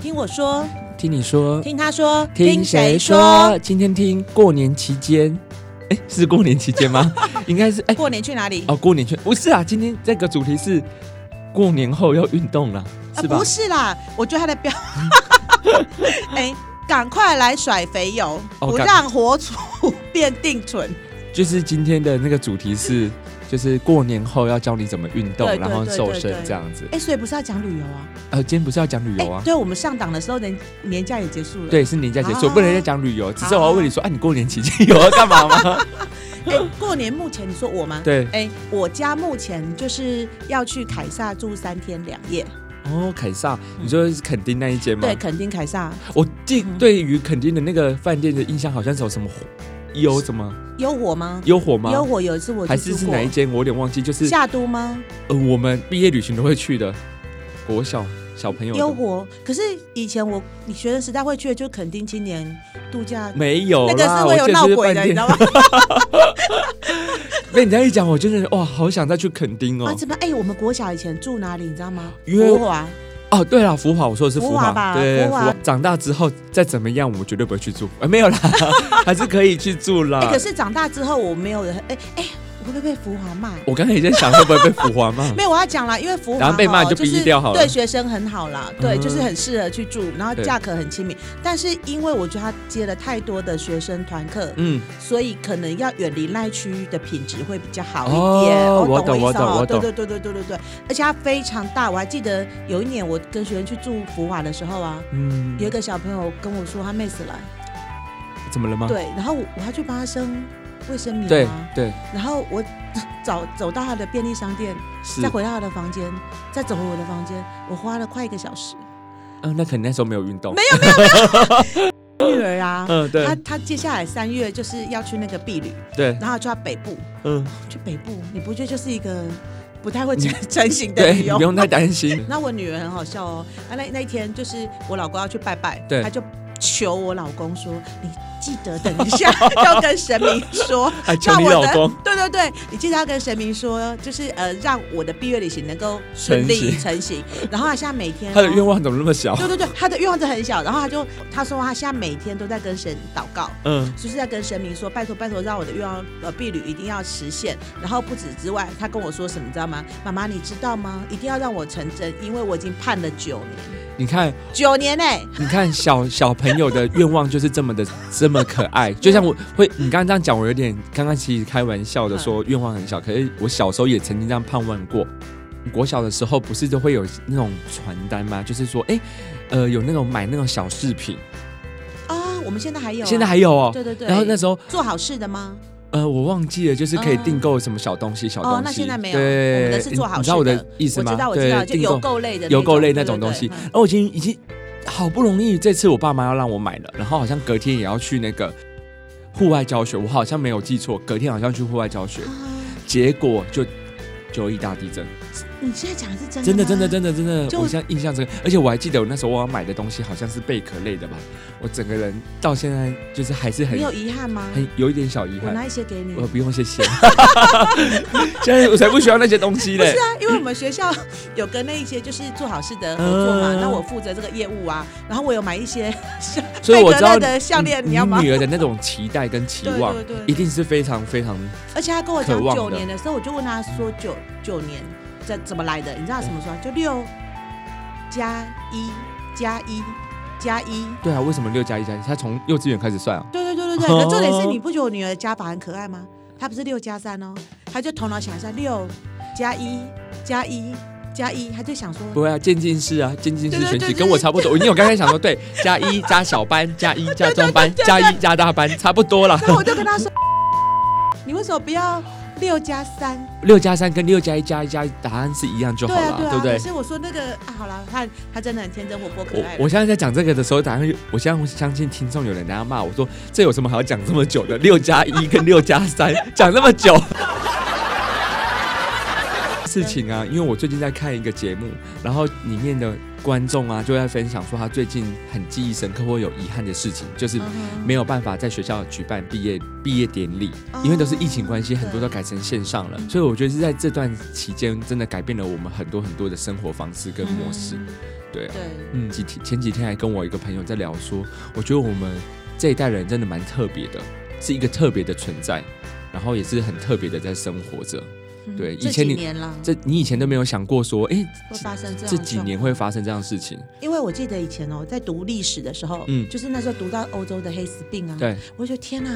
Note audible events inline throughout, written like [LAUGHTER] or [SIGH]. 听我说，听你说，听他说，谁说？？今天听过年期间，哎，是过年期 [LAUGHS] 间吗？应该是哎过年去哪里？哦，过年去不是啊，今天这个主题是过年后要运动了，啊，是吧？不是啦，我觉得他的标， [LAUGHS] 哎、赶快来甩肥油，哦不赶让活储变定存。就是今天的那个主题是，就是过年后要教你怎么运动，对对然后对瘦对身对这样子哎、。所以不是要讲旅游啊？呃，今天不是要讲旅哎、游啊？对，我们上档的时候，年年假也结束了。，对，是年假结束，啊不能再讲旅游。只是我要问你说，啊，你过年期间有要干嘛吗？哎、过年目前你说我吗？。对，哎、我家目前就是要去凯撒住三天两夜，哦，凯撒，你说是垦丁那一间吗对，？肯定凯撒我记嗯对于垦丁的那个饭店的印象好像是有什么火幽什么有我吗？幽火吗？嗯有我有一次我还去是住是过哪一间？我有点忘记，就是夏都吗？呃，我们毕业旅行都会去的，国小小朋友的幽活，可是以前我你学生时代会去的，就是垦丁青年度假，没有啦，那个是会有我记得闹是鬼饭的，店你知道 [LAUGHS] 吗？被你这样一讲，我就觉得哇，好想再去垦丁啊，哦。怎么？哎、我们国小以前住哪里，你知道吗？因为福华，哦，对了，福华，我说的是福福华华，吧对对福福华华。长大之后再怎么样，我绝对不会去住，呃，[LAUGHS] 没有啦，还是可以去住啦。哎、可是长大之后我没有人，哎、哎、我会不会被福华骂？我刚才也在想，会不会被福华骂？ [LAUGHS] 没有，我要讲啦，因为福华然后被骂哈哦就就是逼掉好了对学生很好啦，对，嗯就是很适合去住，然后对价格很亲民。但是因为我觉得他接了太多的学生团课，嗯，所以可能要远离那区域的品质会比较好哦一点。我懂懂我我意思哦懂我懂对对对对对对对，而且它非常大。我还记得有一年我跟学生去住福华的时候啊，嗯有一个小朋友跟我说他妹子来，怎么了吗？对，然后我我还去帮他生卫生棉啊对啊，对然后我找走到他的便利商店，是再，回到他的房间，再走回我的房间，我花了快一个小时。嗯，那可能那时候没有运动。没女儿啊，嗯，对她她接下来三月就是要去那个避旅，对，然后就要北部，嗯，去北部，你不觉得就是一个不太会成成型的对，理你由？不用太担 [LAUGHS] 心。那我女儿很好笑哦，啊，那那一天就是我老公要去拜拜，对她就求我老公说：“你记得等一下 [LAUGHS] 要跟神明说，还求让你我老的公，对对对，你记得要跟神明说，就是呃，让我的毕业旅行能够顺利成 [LAUGHS] 型。然后她现在每天、哦他的愿望怎么那 [LAUGHS] 么小？对对对，她的愿望真的很小。然后她就她说她现在每天都在跟神祷告，嗯，就是在跟神明说，拜托拜托，让我的愿望呃婢女一定要实现。然后不止之外，他跟我说什么，你知道吗？妈妈，你知道吗？一定要让我成真，因为我已经盼了九年，你看九年呢、你看小小朋友的愿望就是这么的 [LAUGHS] 这么可爱，就像我会，你刚刚这样讲，我有点刚刚其实开玩笑嗯的说愿望很小，可是我小时候也曾经这样盼望过。国小的时候不是都会有那种传单吗？就是说，哎、呃，有那种买那种小饰品，啊、我们现在还有啊、现在还有哦、对对对。然后那时候，做好事的吗？呃，我忘记了，就是可以嗯订购什么小东西，小东西。哦那现在没有对，我们的是做好事的你知道我的意思我吗？知道，我知对，道，就订购邮购类的邮购类那对种对东西对嗯然后我已经已经好不容易，这次我爸妈要让我买了，然后好像隔天也要去那个户外教学，我好像没有记错，隔天好像去户外教学，啊，结果就九一大地震，你现在讲的是真的真的真的的。真的真就的，我现在印象深刻，而且我还记得我那时候我要买的东西好像是贝壳类的吧，我整个人到现在就是还是很你有遗憾吗？很有一点小遗我憾。拿一些给你。我呃不用谢 [LAUGHS] 谢，现在我才不需要那些东西嘞。啊因为我们学校有跟那一些就是做好事的合作嘛，嗯那我负责这个业务啊，然后我有买一些像所以我知道贝壳类的项链你要吗女儿的那种期待跟期对望对，对，一定是非常非常而且他跟我讲渴望的九年的时候，我就问他说九九年这怎么来的？你知道他什么时候？就六加一加一加一。对啊，为什么六加一加一？他从幼稚园开始算啊？对对对对对，哦可重点是你不觉得我女儿的加法很可爱吗？她不是六加三哦，她就头脑想一下六加一加一加一，她就想说不会啊，渐进式啊，渐进式对对学对习对跟我差不多。因为我刚才想说， [LAUGHS] 对，加一加小班，加一加中班，对对对加一加大班，差不多啦。所以我就跟他说：“ [LAUGHS] 你为什么不要六加三？六加三跟六加一加一加一答案是一样就对好了啊，啊，对啊。不对可？是我说那个啊，好了，他他真的很天真活泼可爱我我现在在讲这个的时候，答案我现在相信听众有人等下骂我说，这有什么好讲这么久的？六加一跟六加三讲那么久。 [LAUGHS] 事情啊，因为我最近在看一个节目，然后里面的观众啊就在分享说他最近很记忆深刻或有遗憾的事情，就是嗯没有办法在学校举办毕业毕业典礼哦，因为都是疫情关系，很多对都改成线上了嗯，所以我觉得是在这段期间真的改变了我们很多很多的生活方式跟模式。嗯对啊，对，嗯，几天前几天还跟我一个朋友在聊说，我觉得我们这一代人真的蛮特别的，是一个特别的存在，然后也是很特别的在生活着。嗯对以这前几你年啦，这你以前都没有想过说，哎、会发生这样这的几状年况会发生这样的事情？因为我记得以前哦，在读历史的时候，嗯就是那时候读到欧洲的黑死病啊，对，我就觉得天哪，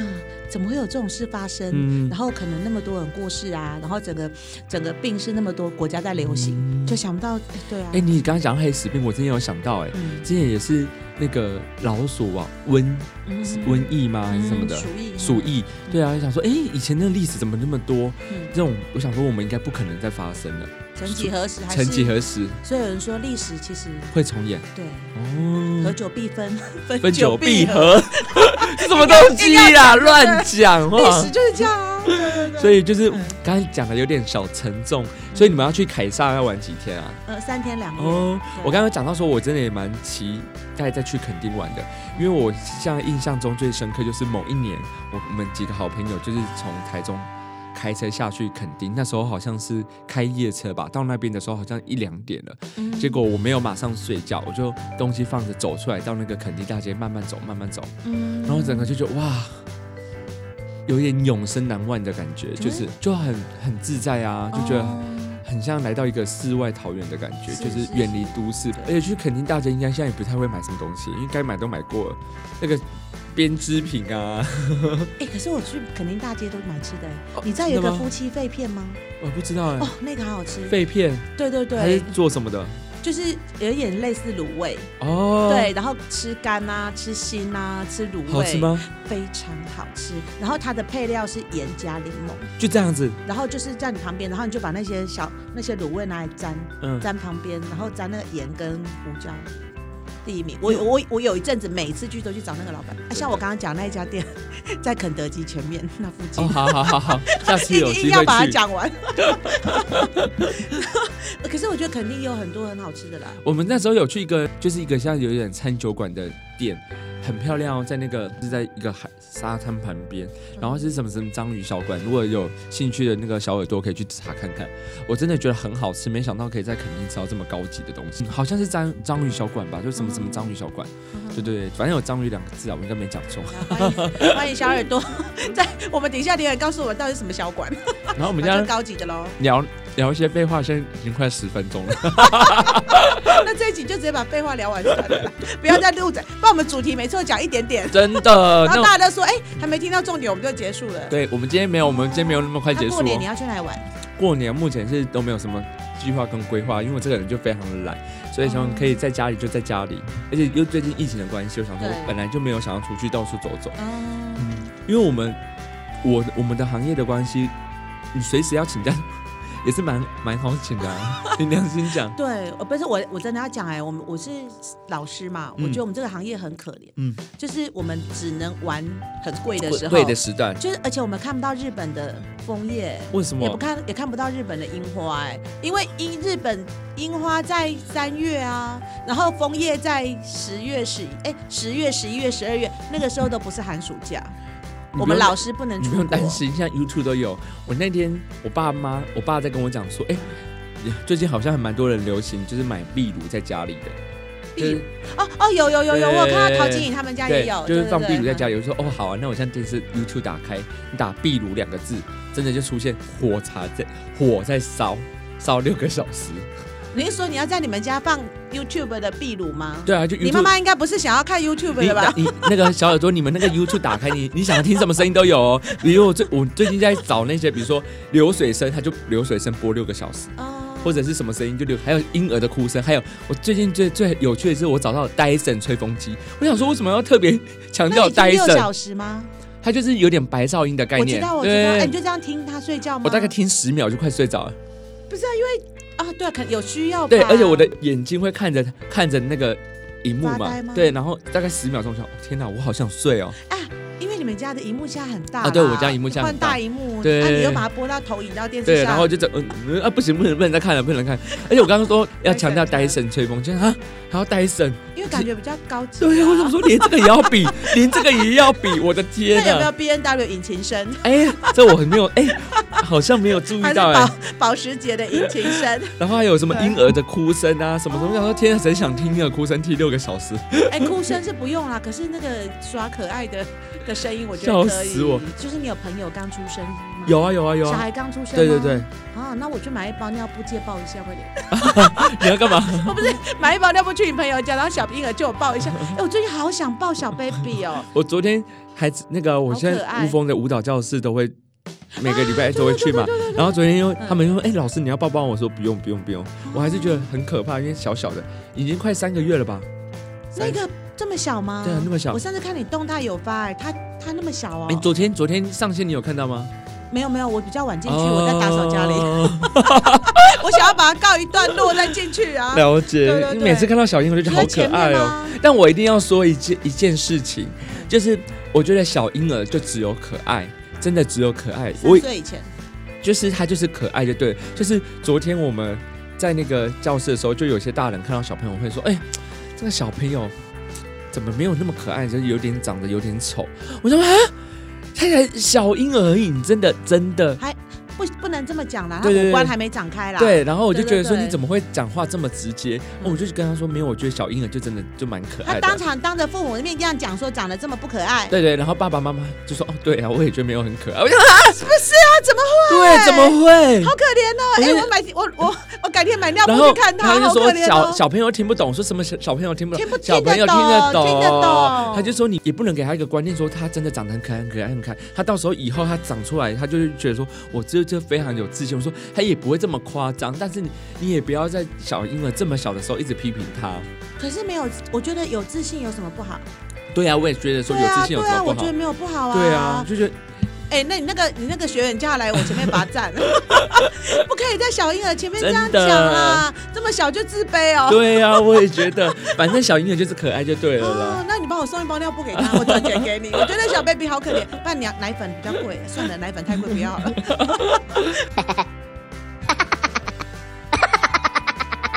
怎么会有这种事发生？嗯然后可能那么多人过世啊，然后整个整个病是那么多国家在流行，就想不到，哎对啊，嗯哎、你刚刚讲到黑死病，我之前有想到、哎，嗯之前也是那个老鼠啊，瘟嗯瘟疫吗？还是什么嗯的？鼠疫，鼠，疫，对啊，就想说，哎、以前那个历史怎么那么多？嗯这种我想说，我们应该不可能再发生了。曾几何时还曾是，几何时所以有人说历史其实会重演？对，合哦，久必分， [LAUGHS] 分分久必必。合，什么东西 [LAUGHS] 啦，乱讲历话 [LAUGHS] 史。就是这样啊，对对对所以就是嗯刚才讲的有点小沉重，所以你们要去凯撒要玩几天啊？呃三天两夜，哦，对我刚刚讲到说，我真的也蛮期待再去垦丁玩的，因为我像印象中最深刻就是某一年，我们几个好朋友就是从台中开车下去垦丁，那时候好像是开夜车吧，到那边的时候好像一两点了，嗯结果我没有马上睡觉，我就东西放着走出来，到那个垦丁大街慢慢走，慢慢走，嗯然后整个就觉得哇，有点永生难忘的感觉，就是就很很自在啊，就觉得。哦很像来到一个世外桃源的感觉，是就是是远离都市，对而且去垦丁大街应该现在也不太会买什么东西，因为该买都买过了，那个编织品啊，哎、可是我去垦丁大街都买吃的、欸哦你知道有一真个的吗夫妻肺片吗？我不知道哎、哦，那个好好吃。废片对对它是对，做什么的？就是有一点类似卤味，哦，，对，然后吃肝啊，吃心啊，吃卤味，好吃？吗？非常好吃。然后它的配料是盐加柠檬，就这样子，然后就是在你旁边，然后你就把那些小那些卤味拿来沾，嗯，沾旁边，然后沾那个盐跟胡椒。第一嗯名，我我我有一阵子每次去都去找那个老板，啊、像我刚刚讲那一家店， [LAUGHS] 在肯德基前面那附近。哦，好好好好，下次有 [LAUGHS] 一定机要会把它去。讲完。哦 [LAUGHS] 可是我觉得肯定有很多很好吃的啦。我们那时候有去一个，就是一个像有点餐酒馆的店，很漂亮哦，在那个是在一个海沙滩旁边。然后是什么什么章鱼小馆，如果有兴趣的那个小耳朵可以去查看看。我真的觉得很好吃，没想到可以在垦丁吃到这么高级的东西，嗯好像是章章鱼小馆吧，就什么什么章鱼小馆，对对对，反正有章鱼两个字啊，我应该没讲错。欢迎欢迎小耳朵， [LAUGHS] 在我们底下留言告诉我到底是什么小馆，然后我们反正家高级的喽。聊聊一些废话，现在已经快十分钟了，那这一集就直接把废话聊完算了啦，不要再录着，把我们主题每次都讲一点点，真的。然后呃那大家都说哎、还没听到重点，我们就结束了。对我们今天没有，我们今天没有那么快那结束过年你哦。要去哪里玩？过年目前是都没有什么计划跟规划，因为我这个人就非常的懒，所以想哦可以在家里就在家里，而且又最近疫情的关系，我想说对本来就没有想要出去到处走走。嗯，嗯，因为我们我我们的行业的关系，你随时要请假也是蛮蛮好请的、啊。你良心讲，对，呃，不是我，我真的要讲哎、我们我是老师嘛，我嗯觉得我们这个行业很可怜，嗯，就是我们只能玩很贵的时候，对的时段，就是而且我们看不到日本的枫叶，为什也不么？看也看不到日本的樱花、哎，因为樱日本樱花在三月啊，然后枫叶在十月十哎十月十一月十二月那个时候都不是寒暑假，你我不们用老师不能你出不国用担，心，现在 YouTube 都有。我那天我爸妈，我爸在跟我讲说，哎、最近好像还蛮多人流行，就是买壁炉在家里的，壁炉哦哦有有有有，我有看到对陶晶莹他们家也有，就是对放壁炉在。对对家里。我就说哦，好啊，那我现在电视 YouTube 打开，你打壁炉两个字，真的就出现火茶在火在烧，烧六个小时。你是说你要在你们家放 YouTube 的壁炉吗？对啊，就 YouTube, 你妈妈应该不是想要看 YouTube 的吧？你你那个小耳朵，你们那个 YouTube 打开，你你想听什么声音都有哦。比如我最我最近在找那些，比如说流水声，它就流水声播六个小时，哦，啊或者是什么声音就流，还有婴儿的哭声，还有我最近最最有趣的是，我找到了 Dyson 吹风机。我想说，为什么要特别 [LAUGHS] 强那调已经六 Dyson？小时吗？它就是有点白噪音的概我知念。道，我知道。哎，你就这样听他睡觉吗？我大概听十秒就快睡着了。啊，对，可能有需要吧。对，而且我的眼睛会看着看着那个荧幕发嘛呆吗，对，然后大概十秒钟，我想，哦天哪，我好想睡哦。啊，因为你们家的荧幕现在很大啊对啦我家荧幕现在换很大大荧幕，对啊，你又把它播到投影到电视对，上，然后就这嗯嗯啊不行不能不能再看了不能再看，而且我刚 [LAUGHS] 刚说要强调 Dyson， Dyson 吹风机啊，还要 Dyson，因为感觉比较高级、对呀、啊我想说连这个也要比，连这个也要比，我的天那有没有呐！ B N W 引擎声，哎、这我很没有哎、好像没有注意还是到哎、保保时捷的引擎声？然后还有什么婴儿的哭声啊，什么什么，想说天啊，谁想听婴儿哭声听六个小时？哎、哭声是不用啦，可是那个耍可爱的的声音，我觉笑得可以。死我！就是你有朋友刚出生吗？、有啊有啊有小啊，孩刚出生吗？对对对。，啊，那我去买一包尿布借抱一下，快点。你要干嘛？我不是 [LAUGHS] 买一包尿布去你朋友家，然后小婴儿借我抱一下。哎、我最近好想抱小 baby [LAUGHS] 哦。我昨天还那个，我好现可在爱乌峰的舞蹈教室都会。每个礼拜都会去嘛，然后昨天又他们又说：“哎，老师你要抱抱我？”我说：“不用不用不用。”我还是觉得很可怕，因为小小的，已经快三个月了吧？那三个这么小吗？对啊，那么小我。上次看你动态有发、哎，他他那么小哦哎，。昨天昨天上线你有看到吗？没有没有，我比较晚进去，哦我在打扫家 [LAUGHS] 里，啊我想要把它告一段落再进去啊。了解对对，对你每次看到小婴儿就觉你在得好可前爱面哦。吗？但我一定要说一件一件事情，就是我觉得小婴儿就只有可爱，真的只有可爱。我三岁以前，就是他就是可爱就对了，就是昨天我们在那个教室的时候，就有些大人看到小朋友会说：“哎、这个小朋友怎么没有那么可爱？就是有点长得有点丑。”我说：“啊，他才小婴儿而已，你真的真的。”不不能这么讲啦，他对对对五官还没长开啦。对，然后我就觉得说对对对你怎么会讲话这么直接？哦嗯我就跟他说没有，我觉得小婴儿就真的就蛮可爱他的。当场当着父母的面这样讲，说长得这么不可爱，对对，然后爸爸妈妈就说：“哦，对啊，我也觉得没有很可爱。”我就啊，是不是啊？怎么对，怎么会？好可怜哦！我哎、就我买我我我改天买尿布嗯然后去看就好说可怜小哦。小朋友听不懂，说什么小小朋友听不懂听不，听小得朋友懂得听得懂他就说你也不能给他一个观念，说他真的长得很可爱，很可爱，很可爱。他到时候以后他长出来，他就会觉得说，我这就非常有自信。我说他也不会这么夸张，但是你你也不要在小婴儿这么小的时候一直批评他。可是没有，我觉得有自信有什么不好？对啊，我也觉得说对有自啊，对信有什啊，么我不觉好得？没有不好啊。对啊，，就觉得哎、那你那个你那个学员叫他来我前面罚站， [LAUGHS] 不可以在小婴儿前面这样讲啦，这么小就自卑哦。 [LAUGHS] 对啊，我也觉得，反正小婴儿就是可爱就对了啦。哦，那你帮我送一包尿布给他，我转钱给你。我觉得小 baby 好可怜，不然你要奶粉比较贵，算了，奶粉太贵不要了。 [LAUGHS]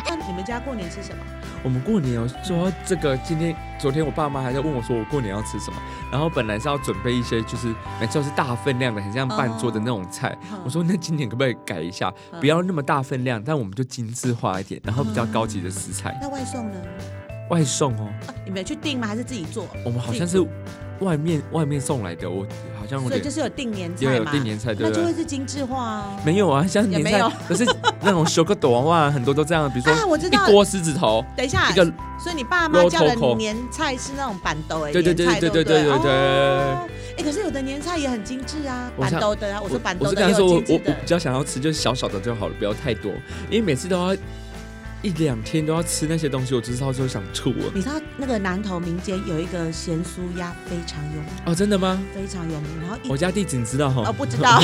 那你们家过年吃什么？我们过年哦，说到这个，今天昨天我爸妈还在问我说我过年要吃什么，然后本来是要准备一些就是每次都是大分量的，很像半桌的那种菜。嗯我说那今年可不可以改一下，嗯不要那么大分量，但我们就精致化一点，然后比较高级的食材。那外送呢？外送哦，啊你们去订吗？还是自己做？我们好像是外面外面送来的，我好像有所以就点是有订年有菜有嘛，订年菜对那不就对会？是精致化啊。没有啊，像也年没菜有可是那种修个短袜，很多都这样，比如说啊， [LAUGHS] 我知一道。啊锅狮子头，等一下一，个所以你爸妈 roll 叫的 coco 年菜是那种板豆哎，对对对年菜对对对不对对对哦哎，可是有的年菜也很精致啊，我板想豆的啊，我说板我豆是的跟也他说，有我精我我致比的。较想要吃，就是小小的就好了，不要太多，因为每次都要一两天都要吃那些东西，我知道就想吐了。你知道那个南投民间有一个咸酥鸭，非常有名，哦，真的吗？非常有名。然后一我家地址你知道哦哈？不知 [LAUGHS] 道，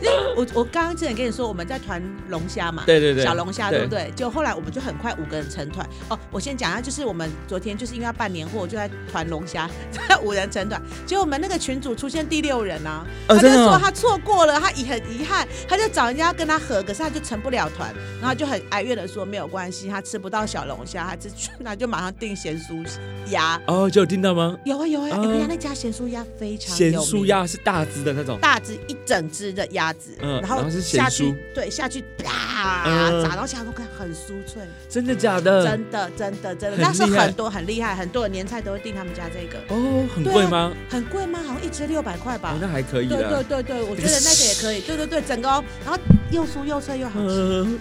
因为我我刚刚之前跟你说我们在团龙虾嘛，对对对，小龙虾对不对？就后来我们就很快五个人成团哦。我先讲一下，就是我们昨天就是因为要办年货，就在团龙虾， [LAUGHS] 在五人成团，结果我们那个群组出现第六人啊，哦，他就真的说哦。他错过了，他遗很遗憾，他就找人家跟他合，可是他就成不了团，然后就很哀怨的说没有关系，他吃不到小龙虾，他只那就马上订咸酥鸭。哦，就有听到吗？有啊有啊，哎啊我跟你讲那家咸酥鸭非常有咸名酥。鸭是大只的那种，大只一整只的鸭子，嗯然然后后是咸下去酥，对，下去啪、嗯炸到下头，看很酥脆，真的假的？真的真的真的。很但是厉害很多很厉害，很多的年菜都会订他们家这个，哦，很贵吗？很贵吗？好像一只六百块吧。哦，那还可以啊对对的。对对，我觉得那个也可以，对对对，整个哦，然后又酥又脆又好吃，嗯，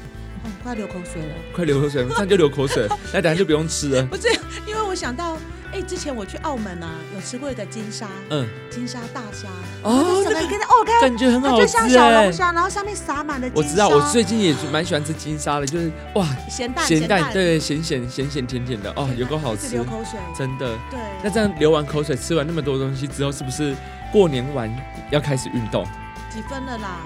哦，快流口水了。快流口水，这样就流口 [LAUGHS] 水，那等下就不用吃了。不是，因为我想到，哎，之前我去澳门啊，有吃过一个金沙，嗯，金沙大虾，哦它整个跟着哦，看感觉很它好就像吃小哎龙。虾，然后上面撒满了金我沙，知道，我最近也蛮喜欢吃金沙的，就是哇，咸蛋咸蛋，咸对，咸咸咸咸甜甜的哦，有够好一直吃流，口水，真的。对，那这样流完口 [LAUGHS] 水，吃完那么多东西之后，是不是过年完要开始运动？几分了啦？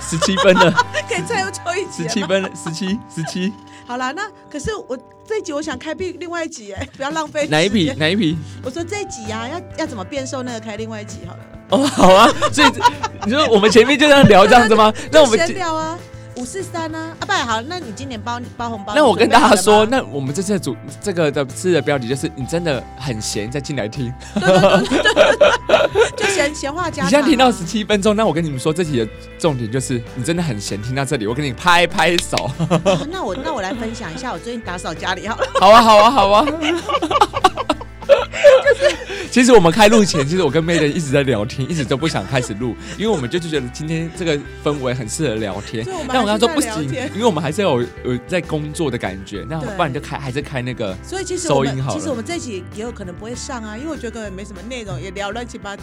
十七分了， [LAUGHS] 可以再抽一集十了七分了，十七十七，好啦，那可是我这一集我想开辟另外一集哎，不要浪费哪一时笔间？哪一笔？我说这一集啊，要要怎么变瘦那个开另外一集好了，哦，好啊，所以你说我们前面就这样聊这样子吗？那我们就闲今聊啊，五四三啊，啊不然好，那你今年包包红包，那我跟大家说，那那我们这次的主这个的次的标题就是你真的很闲，再进来听。就闲闲话家常你啊。现在听到十七分钟，那我跟你们说，这集的重点就是你真的很闲，听到这里，我给你拍拍手。哦那我 [LAUGHS] 那我来分享一下我最近打扫家里好了。 [LAUGHS] 好啊，好啊，好 [LAUGHS] 啊。其实我们开录前，其实我跟 Maiden 一直在聊天，一直都不想开始录，因为我们就是觉得今天这个氛围很适合聊天所以我。们但我跟他说还不是在行聊天，因为我们还是有有在工作的感觉，那对不然就开还是开那个。所以其实收我音们好了其实我们这一集也有可能不会上啊，因为我觉得根本没什么内容，也聊乱七八糟。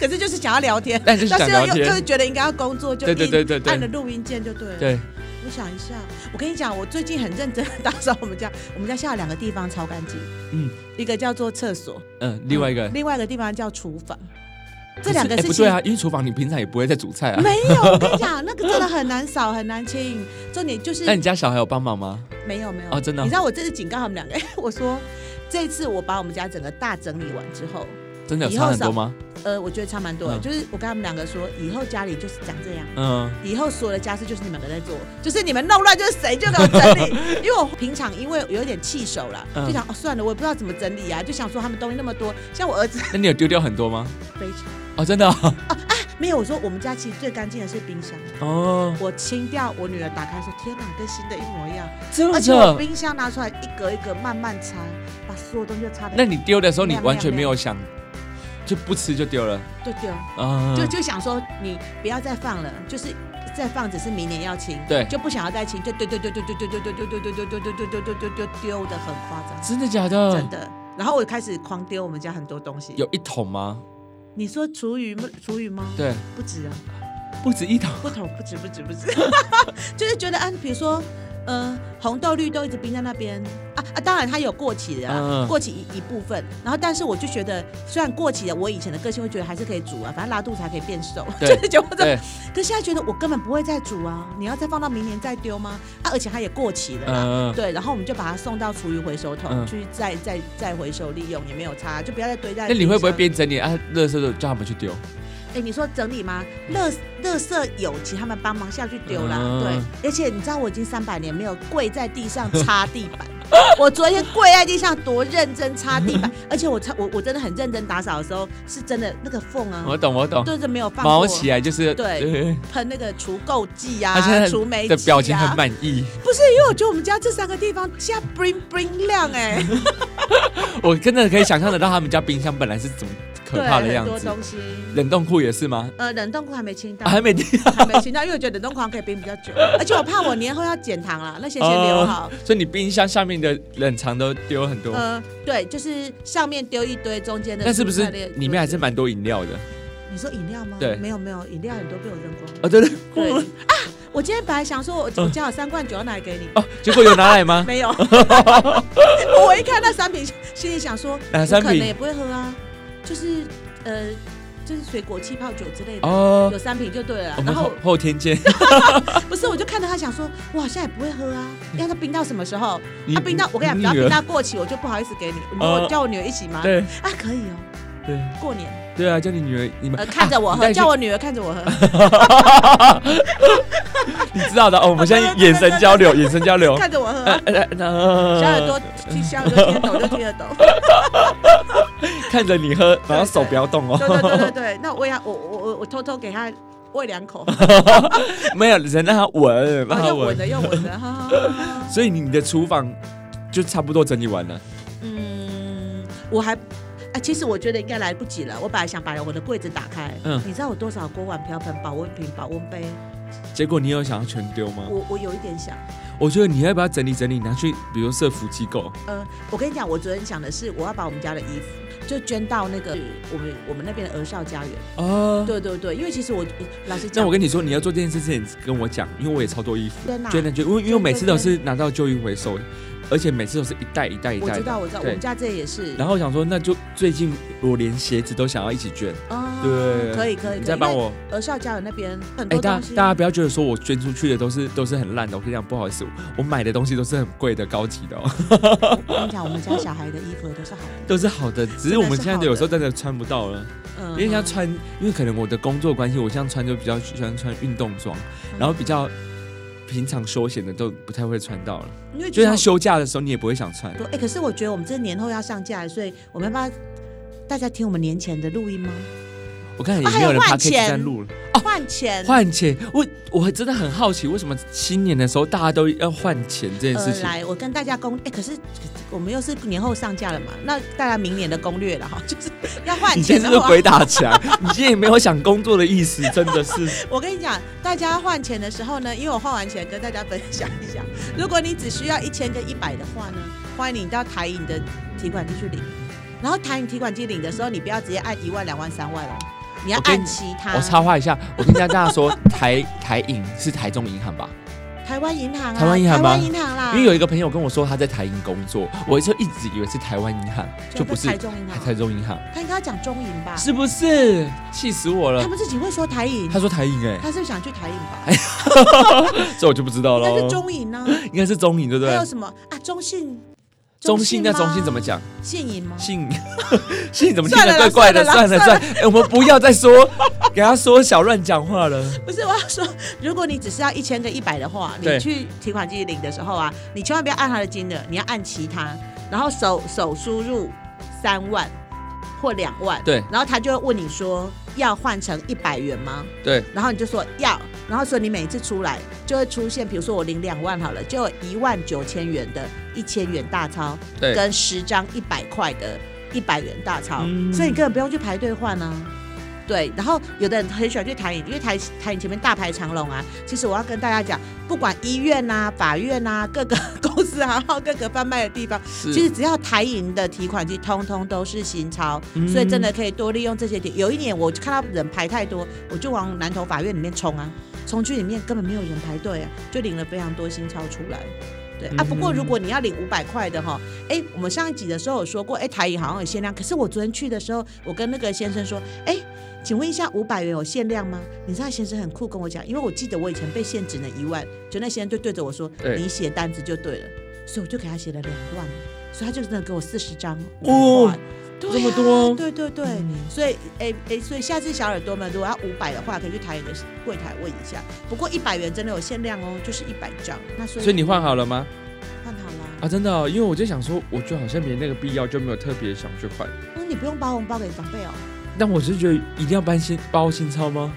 可是就是想要聊天，但就是想聊又天就是觉得应该要工作，就对对硬对对对按了录音键就对了。，对，我想一下，我跟你讲，我最近很认真地打扫我们家，我们家现在有两个地方超干净，嗯一个叫做厕所，嗯，另外一个另外一个地方叫厨房，这不是两个哎事不情对啊，因为厨房你平常也不会在煮菜 [LAUGHS] 啊。没有，我跟你讲，那个真的很难扫，很难清。重点就是那你家小孩有帮忙吗？没有没有哎哦真的哦你知道我这次警告他们两个， [LAUGHS] 我说这次我把我们家整个大整理完之后，真的有以后差很多少吗？呃，我觉得差蛮多的。嗯就是我跟他们两个说，以后家里就是长这样。嗯，以后所有的家事就是你们两个在做，就是你们弄乱就是谁就给我整理。因为我平常因为有点气手了，嗯就想哦算了，我也不知道怎么整理啊，就想说他们东西那么多，像我儿子那你有丢掉很多吗？非常哦，真的哦没有。我说我们家其实最干净的是冰箱，哦，我清掉，我女儿打开说天哪，跟新的一模一样。真而且我的。冰箱拿出来一格一格慢慢拆，把所有东西都擦的，那你丢的时候，你亮完全亮没有想，就不吃就丢了就丢，啊？就就想说你不要再放了，就是再放只是明年要清，对就不想要再清，就丢丢丢丢丢丢丢丢丢丢丢丢丢丢丢丢丢丢丢的很夸张，真的假的？真的。然后我开始狂丢我们家很多东西，有一桶吗？你说厨余吗？厨余吗？，对，不止啊，不止一桶。不同不止不止不止， [LAUGHS] 就是觉得啊，比如说。呃，红豆、绿豆一直冰在那边啊啊！当然它有过期的、啊，嗯过期一一部分。然后，但是我就觉得，虽然过期的，我以前的个性会觉得还是可以煮啊，反正拉肚子还可以变瘦， [LAUGHS] 对就是觉得。对，可现在觉得我根本不会再煮啊！你要再放到明年再丢吗？啊，而且它也过期了啦。嗯、对，然后我们就把它送到厨余回收桶、嗯去再再再回收利用，也没有差，就不要再堆在。那你会不会？边整理啊，垃圾都叫他们去丢？哎，你说整理吗？乐乐色有，请他们帮忙下去丢啦。嗯对，而且你知道我已经三百年没有跪在地上擦地板， [LAUGHS] 我昨天跪在地上多认真擦地 [LAUGHS] 板，而且我擦我我真的很认真打扫的时候，是真的那个缝啊，我懂，我懂。对着没有放毛过，起来就是对呃喷那个除垢剂啊他现在，除霉剂、啊、的表情很满意。不是，因为我觉得我们家这三个地方现在 bling bling 亮哎、我真的可以想象得到他们家冰箱本来是怎么 [LAUGHS] 可怕的对，样很多子。东西。冷冻库也是吗？呃，冷冻库还没清到，啊、还没丢， [LAUGHS] 还没清到，因为我觉得冷冻库好像可以冰比较久，而且我怕我年后要减糖啦，那些先留好。所以你冰箱下面的冷藏都丢很多。呃，对，就是上面丢一堆，中间的哦那是不蔬是菜类里面还是蛮多饮料的？你说饮料吗？对没有没有，饮料很多被我扔光了。哦，对对，对啊，我今天本来想说我我家有三罐酒要拿来 [LAUGHS] 给你，哦，结果有拿来吗？ [LAUGHS] 没有。我一看那三瓶，心里想说，哪我三可能瓶也不会喝啊，就是呃，就是水果气泡酒之类的。哦，有三瓶就对了啦我，们然后后后天见。不是，我就看到他想说，我好像也不会喝啊，嗯要他冰到什么时候？你他冰到我跟你讲，你只要女冰儿到过期，我就不好意思给你。你哦我叫我女儿一起吗？对啊，可以哦，对过年对啊，叫你女儿，你们呃看着我啊你带喝，去叫我女儿看着我喝。你知道的哦。我们现在眼神交流，眼神交流。看着我喝呃啊，呃呃小耳朵听小耳朵听得懂就听得懂。看着你喝，然后手不要动对对哦。对对对，那我也要我我我我偷偷给他喂两口，没有人让他闻，让然后他又闻闻。了又闻了，哈哈哈哈。所以你的厨房就差不多整理完了。嗯，我还。啊，其实我觉得应该来不及了。我本来想把我的柜子打开，嗯你知道我多少锅碗瓢盆、保温瓶、保温杯，结果你有想要全丢吗？我我有一点想。我觉得你要不要整理整理，拿去比如社服机构？呃，我跟你讲，我昨天想的是，我要把我们家的衣服就捐到那个我们我们那边的儿少家园。哦。对对对，因为其实我老实那讲，我跟你说，你要做这件事之前跟我讲，因为我也超多衣服捐哪捐的捐，因为因为我每次都是拿到旧衣回收。而且每次都是一袋一袋一我袋知道，的。我知道，我对们家这也是。然后我想说，那就最近我连鞋子都想要一起捐，啊对，可以可以，你可再以帮。因为我。儿少家有那边很哎、多大东家西，大家不要觉得说我捐出去的都是都是很烂的，我跟你讲，不好意思，我买的东西都是很贵的、高级的、哦， [LAUGHS] 我跟你讲，我们家小孩的衣服也都是好的。都是好的，只是真的我们是现好在有的时候真的穿不到了，嗯，因为像穿，因为可能我的工作关系，我现在穿就比较喜欢穿运动装，嗯然后比较平常休闲的都不太会穿到了，因为就是他其实休假的时候你也不会想穿我。哎、可是我觉得我们这年后要上架，所以我们要不要大家听我们年前的录音吗？我看也啊还没有有人换 p 可以钱在录了。换钱，换钱，我我真的很好奇，为什么新年的时候大家都要换钱这件事呃，情？来，我跟大家攻，哎、可是我们又是年后上架了嘛，那大家明年的攻略了哈， [LAUGHS] 就是要换你今钱天是的不是话，鬼打墙？你今天也没有想工作的意思，真 [LAUGHS] 的是。我跟你讲，大家换钱的时候呢，因为我换完钱跟大家分享一下，如果你只需要一千跟一百的话呢，欢迎你到台银的提款机去领，然后台银提款机领的时候，你不要直接按一万、两万、三万哦，你要我跟你按其他。我插话一下，我跟大家说，台台银是台中银行吧？台湾银行啊，台湾银行吗台湾银行啦，因为有一个朋友跟我说他在台银工作，我就一直以为是台湾银行，就不是台中银行，啊台中银行，他应该要讲中银吧？是不是？气死我了他！们自己会说台银，他说哎台银哎、他是不是想去台银吧？这我就不知道应该是喽。中银啊呢、应该是中银对不还对有？什么啊？中信，中信那吗中信怎么？讲？信银吗？信 [LAUGHS] 信怎么听算得了啦怪怪的？算算了了啦算了，哎、我们不要再说，给他缩小乱讲话了。不是，我要说， [LAUGHS] 如果你只是要一千跟一百的话，你对去提款机领的时候啊，你千万不要按他的金额，你要按其他，然后手手输入三万或两万，对然后他就会问你说要换成一百元吗？对，然后你就说要，然后所以你每次出来就会出现，比如说我领两万好了，就有一万九千元的一千元大钞，对跟十张一百块的一百元大钞，嗯所以你根本不用去排队换啊。对，然后有的人很喜欢去台影，因为台台影前面大排长龙啊。其实我要跟大家讲，不管医院呐、法院呐、各个 [LAUGHS] 公司啊，然后各个贩卖的地方，是其实只要台银的提款机，通通都是新钞，嗯所以真的可以多利用这些点。有一年我就看到人排太多，我就往南投法院里面冲啊，冲去里面根本没有人排队啊，就领了非常多新钞出来。对啊，嗯不过如果你要领五百块的哈，哎，我们上一集的时候有说过，哎，台银好像有限量，可是我昨天去的时候，我跟那个先生说，哎，请问一下五百元有限量吗？你知道先生很酷跟我讲，因为我记得我以前被限只能一万，就那先生就对着我说，对你写单子就对了，所以我就给他写了两万，所以他就真的给我四十张哦哇，对啊这么多对对对，嗯所以哎哎，所以下次小耳朵们如果要五百的话，可以去台银的柜台问一下。不过一百元真的有限量哦，就是一百张。那所以所以你换好了吗？换好啦，啊，真的、哦，因为我就想说，我就好像没那个必要，就没有特别想去换。那、嗯你不用包红包给长辈哦。但我是觉得一定要搬新包新钞吗？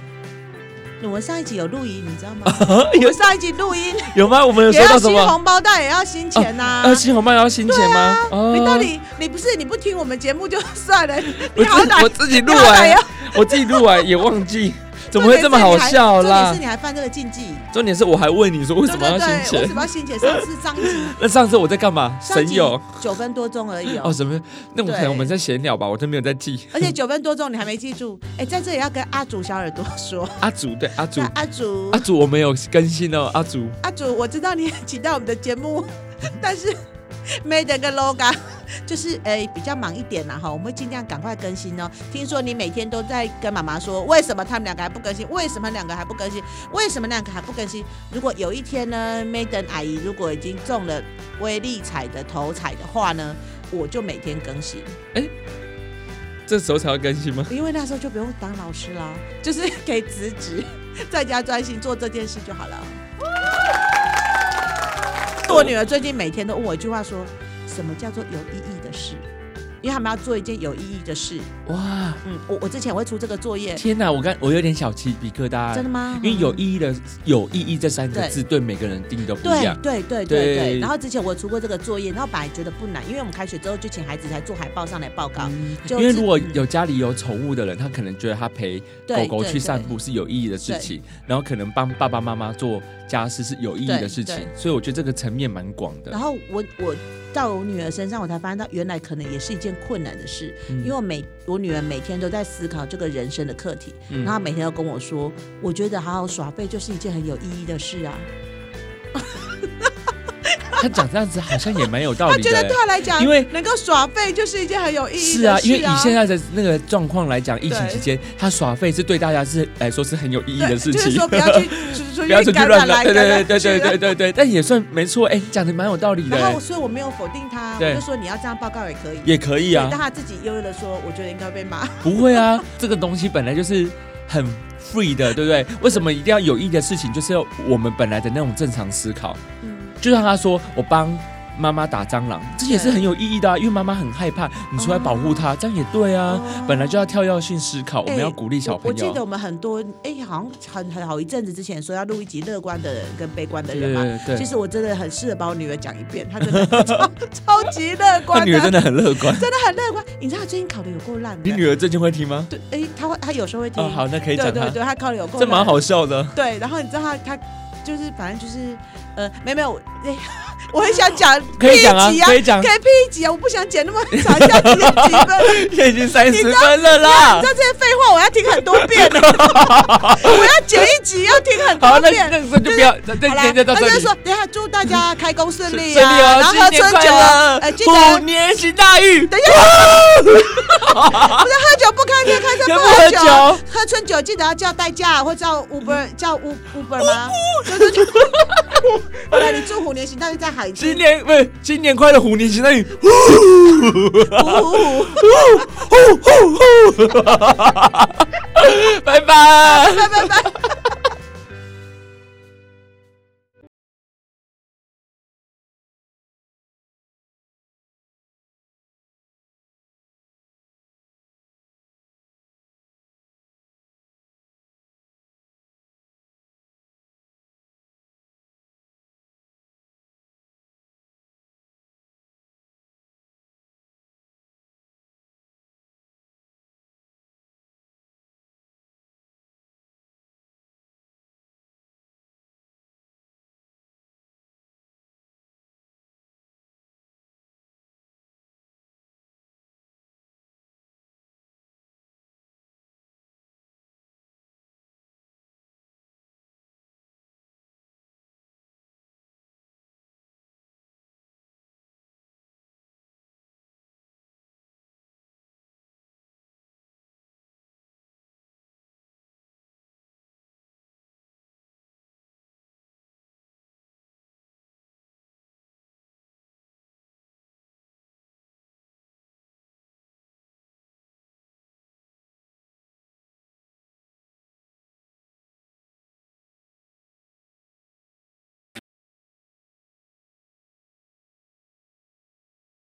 我们上一集有录音，你知 [LAUGHS] 道吗？我们上一集录音有吗？我们有也收要到什新么？红包袋，也要新钱呐、呃，新红包也要新钱吗？哦啊你到底你不是你不听我们节目就算了，我你好自歹我自己录你 [LAUGHS] 好歹完要，我自己录完也忘记，怎么会这么好笑重点啦是你？还犯这个禁忌，重点是我还问你说为对对什么要对，新为钱什？么要新钱？上次 [LAUGHS] 上一集那上次我在干嘛？上神集友九分多钟而已哦，什么？那我对可能我们在闲聊吧，我都没有在记。而且九分多钟你还没记住，哎，在这里要跟阿祖小耳朵说，阿祖对阿祖那，阿祖阿祖我们有更新哦，阿祖阿祖，啊我知道你 [LAUGHS] 很期待我们的节目， [LAUGHS] 但是 Made 跟 Loga 就是哎比较忙一点啦哈，我们会尽量赶快更新哦。听说你每天都在跟妈妈说，为什么他们两个还不更新？为什么两个还不更新？为什么两个还不更新？如果有一天呢，Made 阿姨如果已经中了威力彩的头彩的话呢，我就每天更新。这时候才要更新吗？因为那时候就不用当老师啦， [LAUGHS] 就是可以辞职， [LAUGHS] 在家专心做这件事就好了。我女儿最近每天都问我一句话说，什么叫做有意义的事？因为他们要做一件有意义的事。哇，嗯，我我之前会出这个作业，天哪！我刚我有点小鸡皮疙瘩，真的吗？哎嗯因为有意义的“有意义”这三个字对每个人定义都不一对样。对对对对。对然后之前我出过这个作业，然后本来觉得不难，因为我们开学之后就请孩子来做海报上来报告。嗯就因为是如果嗯有家里有宠物的人，他可能觉得他陪对狗狗对去散对步是有意义的事情，然后可能帮爸爸妈妈做家事是有意义对的事情对，所以我觉得这个层面蛮广的然。后我我到我女儿身上，我才发现到原来可能也是一件困难的事，嗯因为我每我女儿每天都在思考这个人生的课题，嗯然后她每天都跟我说，我觉得好好耍废就是一件很有意义的事啊。他讲这样子好像也蛮有道他理的觉欸、得对他来讲，因为能够耍废就是一件很有意义是的啊事，因为以现在的那个状况来讲，疫情对期间他耍废是对大家是来说是很有意义对的事就是情，说不要 [LAUGHS] 去出出不要出去感乱染来，来对感对染对去啊对对对对，但也算没错，哎、你讲的蛮有道理的、然哎后所以我没有否定他，我对就说你要这样报告也可以。也可以对但他啊，自己悠悠的说，我觉得应该被骂。不会啊，这个东西本来就是很 free 的，对不对？为什么一定要有益的事情，就是要我们本来的那种正常思考？嗯，就像他说，我帮妈妈打蟑螂，这也是对很有意义的啊，因为妈妈很害怕，你出来保护她，这样也对啊。哦本来就要跳跃性思考，我们哎要鼓励小我我朋记得友。我们很多哎、好像很很好一阵子之前说要录一集乐观的人跟悲观的对人对嘛。对对其对，实我真的很适合把我女儿讲一遍，她 [LAUGHS] 真的超超级乐观啊他女儿真的的很乐 [LAUGHS] 观。真的很乐观。你知道她最近考的有够烂的，你女儿最近会听吗？对，哎、她会她有时候会听，哦，好，那可以对讲对她，对，她考的有够这蛮烂好 [LAUGHS] 笑的。对，然后你知道他他就是反正就是呃，没有没有，我 [LAUGHS] 哎我很想讲可以讲啊第一集，可以讲可，以 P 一集啊，我不想剪那么长，一下子有几分。现在已经三十分了啦你知。道这些废话我要听很多遍呢， [LAUGHS] 我要剪一集要听很多好，那遍。那个时候就不要，那好那啦，那到他这就里。说，等一下祝大家开工顺利顺啊，利然后喝哦新年春快酒，乐呃，记得虎年行大运，喝酒不开车，开车全不部喝喝酒，酒。喝春酒记得要叫代驾或叫 Uber，叫 U Uber 吗？哦对对 [LAUGHS] 对。后来你祝虎年行大运在海新军，年不是新年快乐，虎年行大运。 [LAUGHS] 虎虎虎。拜拜。拜拜拜。